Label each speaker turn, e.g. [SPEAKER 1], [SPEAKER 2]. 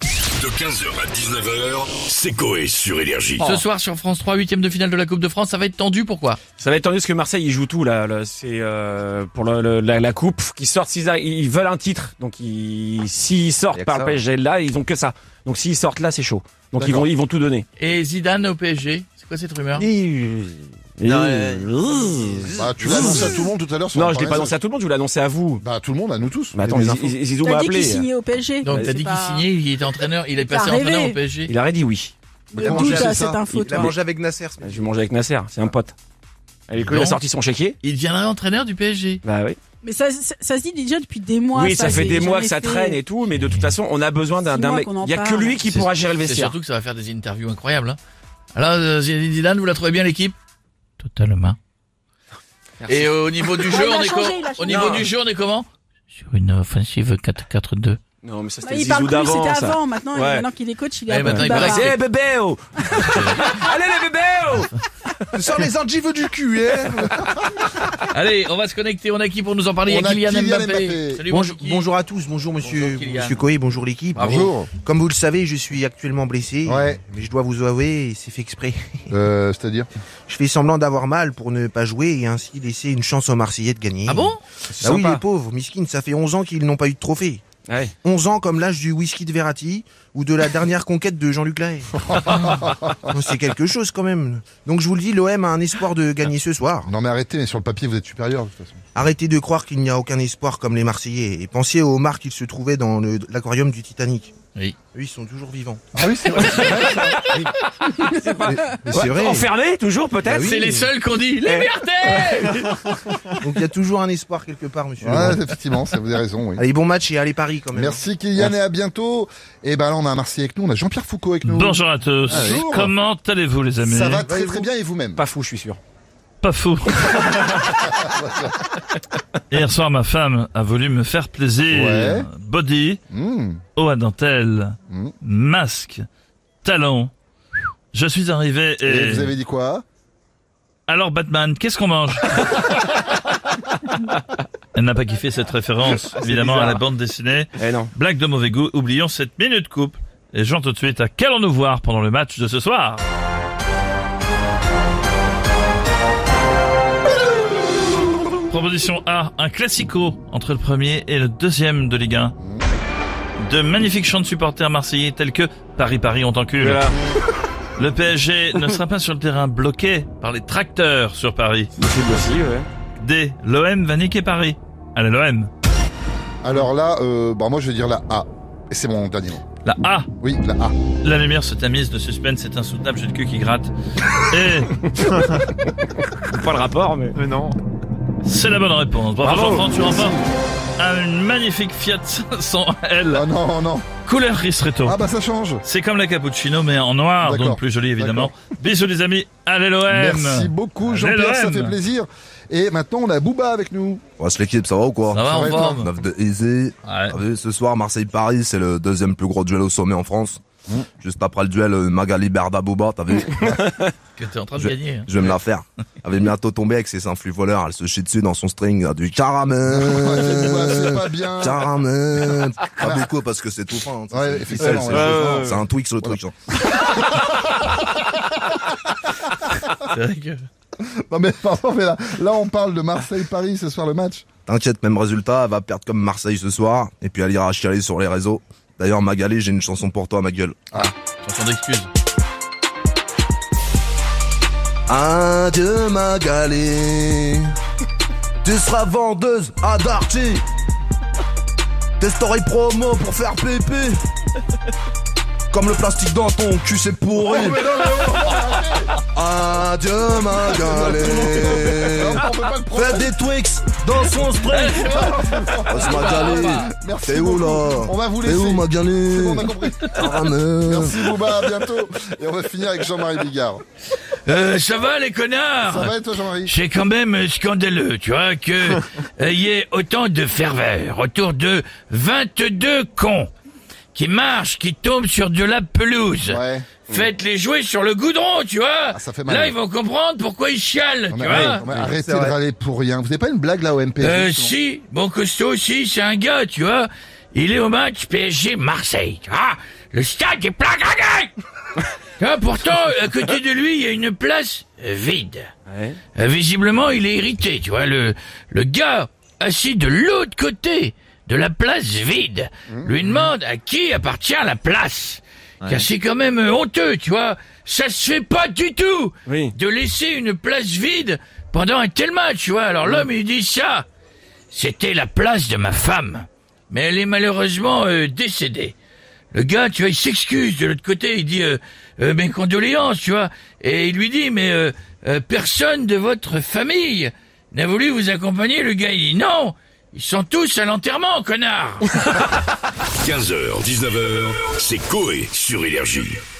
[SPEAKER 1] De 15h à 19h, c'est Coé sur Énergie.
[SPEAKER 2] Oh.
[SPEAKER 3] Ce soir sur France 3, huitième de finale de la Coupe de France, ça va être tendu, pourquoi
[SPEAKER 4] Ça va être tendu parce que Marseille il joue tout là. là. c'est euh, pour le- le- la, la coupe qui sortent. S'ils a- ils veulent un titre, donc ils- s'ils sortent par le PSG là, ils ont que ça. Donc s'ils sortent là, c'est chaud. Donc ils vont ils vont tout donner.
[SPEAKER 3] Et Zidane au PSG, c'est quoi cette rumeur
[SPEAKER 4] Non,
[SPEAKER 5] euh,
[SPEAKER 6] Bah, tu l'annonces à tout le monde tout à l'heure. sur
[SPEAKER 4] non,
[SPEAKER 6] la
[SPEAKER 4] je l'ai pas
[SPEAKER 6] presse.
[SPEAKER 4] annoncé à tout le monde. Je l'ai annoncé à vous.
[SPEAKER 6] Bah, à tout le monde, à nous tous.
[SPEAKER 4] Mais attends,
[SPEAKER 6] Les
[SPEAKER 4] Zizou-
[SPEAKER 6] infos.
[SPEAKER 4] Zizou m'a
[SPEAKER 7] T'as dit qu'il
[SPEAKER 4] appelé. hein.
[SPEAKER 7] signait au PSG.
[SPEAKER 3] Donc t'as
[SPEAKER 7] C'est
[SPEAKER 3] dit qu'il
[SPEAKER 7] pas-
[SPEAKER 3] signait, il était entraîneur, il est
[SPEAKER 7] T'as
[SPEAKER 3] passé entraîneur
[SPEAKER 7] rêvé.
[SPEAKER 3] au PSG.
[SPEAKER 4] Il aurait dit oui.
[SPEAKER 6] Il a
[SPEAKER 7] Tout
[SPEAKER 6] mangé,
[SPEAKER 7] à
[SPEAKER 6] c'est ça.
[SPEAKER 7] cette info,
[SPEAKER 5] Il a
[SPEAKER 7] toi.
[SPEAKER 5] mangé avec Nasser. ce mec.
[SPEAKER 4] Je vais manger avec Nasser. C'est un pote. Avec lui, il a
[SPEAKER 3] Donc
[SPEAKER 4] sorti son chéquier.
[SPEAKER 3] Il deviendrait entraîneur du PSG.
[SPEAKER 4] Bah oui.
[SPEAKER 7] Mais ça, ça, ça se dit déjà depuis des mois.
[SPEAKER 4] oui, ça, fait
[SPEAKER 7] j'ai
[SPEAKER 4] des mois
[SPEAKER 7] jamais
[SPEAKER 4] que ça
[SPEAKER 7] fait.
[SPEAKER 4] traîne et tout, mais de toute façon, on a besoin d'un
[SPEAKER 7] Six
[SPEAKER 4] d'un
[SPEAKER 7] mois
[SPEAKER 4] mec.
[SPEAKER 7] qu'on en
[SPEAKER 4] Il y a que
[SPEAKER 7] parle.
[SPEAKER 4] lui qui
[SPEAKER 3] C'est-
[SPEAKER 4] pourra gérer le
[SPEAKER 7] hein.
[SPEAKER 3] C'est
[SPEAKER 4] vestiaire.
[SPEAKER 3] surtout que ça va faire des interviews incroyables. hein. Alors euh, Zinedine Zidane, vous la trouvez bien l'équipe Totalement.
[SPEAKER 4] Merci.
[SPEAKER 3] Et au niveau du
[SPEAKER 7] Ah,
[SPEAKER 3] jeu,
[SPEAKER 7] il a
[SPEAKER 3] on est
[SPEAKER 7] changé,
[SPEAKER 3] co-
[SPEAKER 7] il a changé.
[SPEAKER 3] Au niveau
[SPEAKER 4] Non.
[SPEAKER 3] du jeu, on est comment Sur une offensive 4-4-2.
[SPEAKER 4] Non, mais ça
[SPEAKER 7] Bah,
[SPEAKER 4] c'était
[SPEAKER 7] il
[SPEAKER 4] Zizou
[SPEAKER 7] parle plus,
[SPEAKER 4] d'avant.
[SPEAKER 7] c'était
[SPEAKER 4] hein, ça.
[SPEAKER 7] avant. Maintenant,
[SPEAKER 4] Ouais.
[SPEAKER 7] maintenant qu'il est coach, il est
[SPEAKER 3] Ouais,
[SPEAKER 7] un peu
[SPEAKER 3] maintenant,
[SPEAKER 7] plus
[SPEAKER 3] il paraît
[SPEAKER 7] bavard.
[SPEAKER 3] que
[SPEAKER 4] Eh, bébé, oh Allez, les bébés, oh
[SPEAKER 5] Tu sors les anges, il veut du cul, hein
[SPEAKER 3] Allez, on va se connecter. On a qui pour nous en parler Il y
[SPEAKER 6] On
[SPEAKER 3] a
[SPEAKER 6] a
[SPEAKER 3] Kylian,
[SPEAKER 6] Kylian
[SPEAKER 3] Mbappé.
[SPEAKER 6] Mbappé.
[SPEAKER 3] Salut,
[SPEAKER 5] bonjour,
[SPEAKER 3] Kiki.
[SPEAKER 5] bonjour à tous, bonjour monsieur,
[SPEAKER 3] Bonjour, Kylian.
[SPEAKER 5] monsieur Coé, bonjour l'équipe.
[SPEAKER 6] Bonjour.
[SPEAKER 5] Comme vous le savez, je suis actuellement blessé.
[SPEAKER 6] Ouais.
[SPEAKER 5] Mais je dois vous avouer, c'est fait exprès.
[SPEAKER 6] Euh, c'est-à-dire
[SPEAKER 5] Je fais semblant d'avoir mal pour ne pas jouer et ainsi laisser une chance aux Marseillais de gagner.
[SPEAKER 3] Ah bon
[SPEAKER 5] Bah oui, les pauvres, Miskin, ça fait 11 ans qu'ils n'ont pas eu de trophée.
[SPEAKER 7] oh.
[SPEAKER 5] 11 ans comme l'âge du whisky de Verratti ou de la dernière conquête de Jean-Luc Lahaye. Non, c'est quelque chose quand même. Donc je vous le dis, l'OM a un espoir de gagner ce soir.
[SPEAKER 6] Non, mais arrêtez, mais sur le papier, vous êtes supérieur, de toute façon.
[SPEAKER 5] Arrêtez de croire qu'il n'y a aucun espoir comme les Marseillais et pensez aux marques qu'ils se trouvaient dans le- l'aquarium du Titanic.
[SPEAKER 3] Oui.
[SPEAKER 5] Eux, ils sont toujours vivants.
[SPEAKER 6] Ah oui, c'est vrai.
[SPEAKER 5] Mais c'est vrai.
[SPEAKER 4] Enfermé, toujours,
[SPEAKER 5] Bah
[SPEAKER 4] peut-être
[SPEAKER 5] oui.
[SPEAKER 3] C'est les seuls qu'on dit
[SPEAKER 7] Eh.
[SPEAKER 3] liberté.
[SPEAKER 5] Donc il y a toujours un espoir quelque part, monsieur.
[SPEAKER 6] Ouais,
[SPEAKER 5] Legrand.
[SPEAKER 6] effectivement, ça vous avez raison, oui.
[SPEAKER 5] Allez, bon match et allez Paris quand même.
[SPEAKER 6] Merci Kylian et à bientôt. Et ben là, on a un Marseillais avec nous, on a Jean-Pierre Foucault avec nous.
[SPEAKER 2] Bonjour à tous.
[SPEAKER 6] Ah oui.
[SPEAKER 2] Comment allez-vous les amis
[SPEAKER 6] Ça va très très bien et vous-même
[SPEAKER 4] Pas fou, je suis sûr.
[SPEAKER 2] Pas fou. Hier soir, ma femme a voulu me faire plaisir.
[SPEAKER 6] Ouais.
[SPEAKER 2] Body,
[SPEAKER 6] Mmh.
[SPEAKER 2] haut à dentelle,
[SPEAKER 6] Mm.
[SPEAKER 2] masque, talon. Je suis arrivé et...
[SPEAKER 6] Et vous avez dit quoi
[SPEAKER 2] Alors Batman, qu'est-ce qu'on mange Elle n'a pas kiffé cette référence, évidemment, à la
[SPEAKER 4] bizarre.
[SPEAKER 2] bande dessinée.
[SPEAKER 4] Eh non.
[SPEAKER 2] Blague de mauvais goût, oublions cette minute coupe. Et gens tout de suite à qu'allons-nous voir pendant le match de ce soir Proposition A, un classico entre le premier et le deuxième de Ligue 1. De magnifiques chants de supporters marseillais tels que Paris Paris on t'encule.
[SPEAKER 4] Voilà.
[SPEAKER 2] Le PSG ne sera pas sur le terrain bloqué par les tracteurs sur Paris.
[SPEAKER 4] Possible aussi, ouais.
[SPEAKER 2] D, l'OM va niquer Paris. Allez l'OM.
[SPEAKER 6] Alors là, euh, bah, moi je vais dire la A. Et c'est mon dernier mot.
[SPEAKER 2] La A,
[SPEAKER 6] Oui, la A.
[SPEAKER 2] La lumière se tamise, le suspense est insoutenable, j'ai le cul qui gratte. Et
[SPEAKER 4] Pas le rapport, mais.
[SPEAKER 2] c'est la bonne réponse. Bravo,
[SPEAKER 4] Bravo.
[SPEAKER 2] Jean-François, tu remportes un- une magnifique Fiat 500L,
[SPEAKER 6] Ah non, non.
[SPEAKER 2] couleur ristretto.
[SPEAKER 6] Ah bah ça change.
[SPEAKER 2] C'est comme la cappuccino, mais en noir,
[SPEAKER 6] D'accord.
[SPEAKER 2] donc plus jolie évidemment. Bisous les amis, allez l'OM
[SPEAKER 6] Merci beaucoup Jean-Pierre, ça
[SPEAKER 2] LOM.
[SPEAKER 6] fait plaisir. Et maintenant on a Booba avec nous.
[SPEAKER 8] Ouais, c'est l'équipe, ça va ou quoi
[SPEAKER 2] Ça va,
[SPEAKER 6] Ça va
[SPEAKER 2] en
[SPEAKER 6] et
[SPEAKER 2] forme
[SPEAKER 8] Neuf de Easy.
[SPEAKER 2] Ouais.
[SPEAKER 8] T'as vu, ce soir, Marseille-Paris, c'est le deuxième plus gros duel au sommet en France.
[SPEAKER 2] Mm.
[SPEAKER 8] Juste après le duel euh, Magali Berda Boba, t'as vu
[SPEAKER 3] Que t'es en train de gagner. hein.
[SPEAKER 8] Je vais me la faire. Elle va bientôt tomber avec ses influx voleurs. Elle se chie dessus dans son string. là, Du caramel
[SPEAKER 6] Ouais, Euh, c'est pas bien.
[SPEAKER 8] Caramel Pas beaucoup parce que c'est tout fin. hein,
[SPEAKER 6] Ouais,
[SPEAKER 8] c'est
[SPEAKER 6] effectivement,
[SPEAKER 8] ficelle, c'est-
[SPEAKER 6] ouais,
[SPEAKER 4] ouais, ouais.
[SPEAKER 8] C'est un Twix le truc. hein.
[SPEAKER 2] C'est vrai que-
[SPEAKER 6] Non mais pardon, mais là, là on parle de Marseille-Paris ce soir le match.
[SPEAKER 8] T'inquiète, même résultat, elle va perdre comme Marseille ce soir. Et puis elle ira chialer sur les réseaux. D'ailleurs, Magali, j'ai une chanson pour toi, ma gueule.
[SPEAKER 3] Chanson d'excuses.
[SPEAKER 8] Adieu Magali Tu seras vendeuse à Darty Tes stories promo pour faire pipi Comme le plastique dans ton cul c'est pourri
[SPEAKER 6] Oh,
[SPEAKER 8] Adieu Magali Eh.
[SPEAKER 6] Non, on peut pas le prendre.
[SPEAKER 8] Fais des Twix dans son spray
[SPEAKER 6] Eh,
[SPEAKER 8] Oh, Vas-y, Magali
[SPEAKER 6] Merci
[SPEAKER 8] T'es où
[SPEAKER 6] beaucoup.
[SPEAKER 8] là
[SPEAKER 6] On va vous
[SPEAKER 8] T'es
[SPEAKER 6] laisser.
[SPEAKER 8] où Magali
[SPEAKER 6] C'est bon, on a compris.
[SPEAKER 8] Ah, merde.
[SPEAKER 6] Merci Booba, à bientôt. Et on va finir avec Jean-Marie Bigard.
[SPEAKER 2] Euh, ça va les connards
[SPEAKER 6] Ça va et toi Jean-Marie
[SPEAKER 2] C'est quand même euh, scandaleux, tu vois, que euh, y ait autant de ferveur autour de 22 cons qui marchent, qui tombent sur de la pelouse.
[SPEAKER 6] Ouais.
[SPEAKER 2] Faites-les jouer sur le goudron, tu vois.
[SPEAKER 6] Ah, ça fait mal,
[SPEAKER 2] Là,
[SPEAKER 6] ouais.
[SPEAKER 2] ils vont comprendre pourquoi ils chialent,
[SPEAKER 6] Non,
[SPEAKER 2] tu
[SPEAKER 6] mais
[SPEAKER 2] vois.
[SPEAKER 6] arrête- mais arrêtez de râler pour rien. Vous n'avez pas une blague là au MP
[SPEAKER 2] Euh, si, bon costaud, si, c'est un gars, tu vois. Il est au match PSG Marseille, tu vois. Le stade est plein gagné Hein, Pourtant, à côté de lui, il y a une place euh, vide.
[SPEAKER 4] Ouais.
[SPEAKER 2] Euh, Visiblement, il est irrité, tu vois. Le, le gars, assis de l'autre côté de la place vide, lui demande à qui appartient la place. Car c'est quand même euh, honteux, tu vois. Ça se fait pas du tout
[SPEAKER 4] Oui.
[SPEAKER 2] de laisser une place vide pendant un tel match, tu vois. Alors l'homme, il dit ça. C'était la place de ma femme. Mais elle est malheureusement euh, décédée. Le gars, tu vois, il s'excuse de l'autre côté, il dit euh, euh, mes condoléances, tu vois, et il lui dit mais euh, euh, personne de votre famille n'a voulu vous accompagner. Le gars, il dit non, ils sont tous à l'enterrement, connard.
[SPEAKER 1] 15h, 19h, c'est Coé sur Énergie.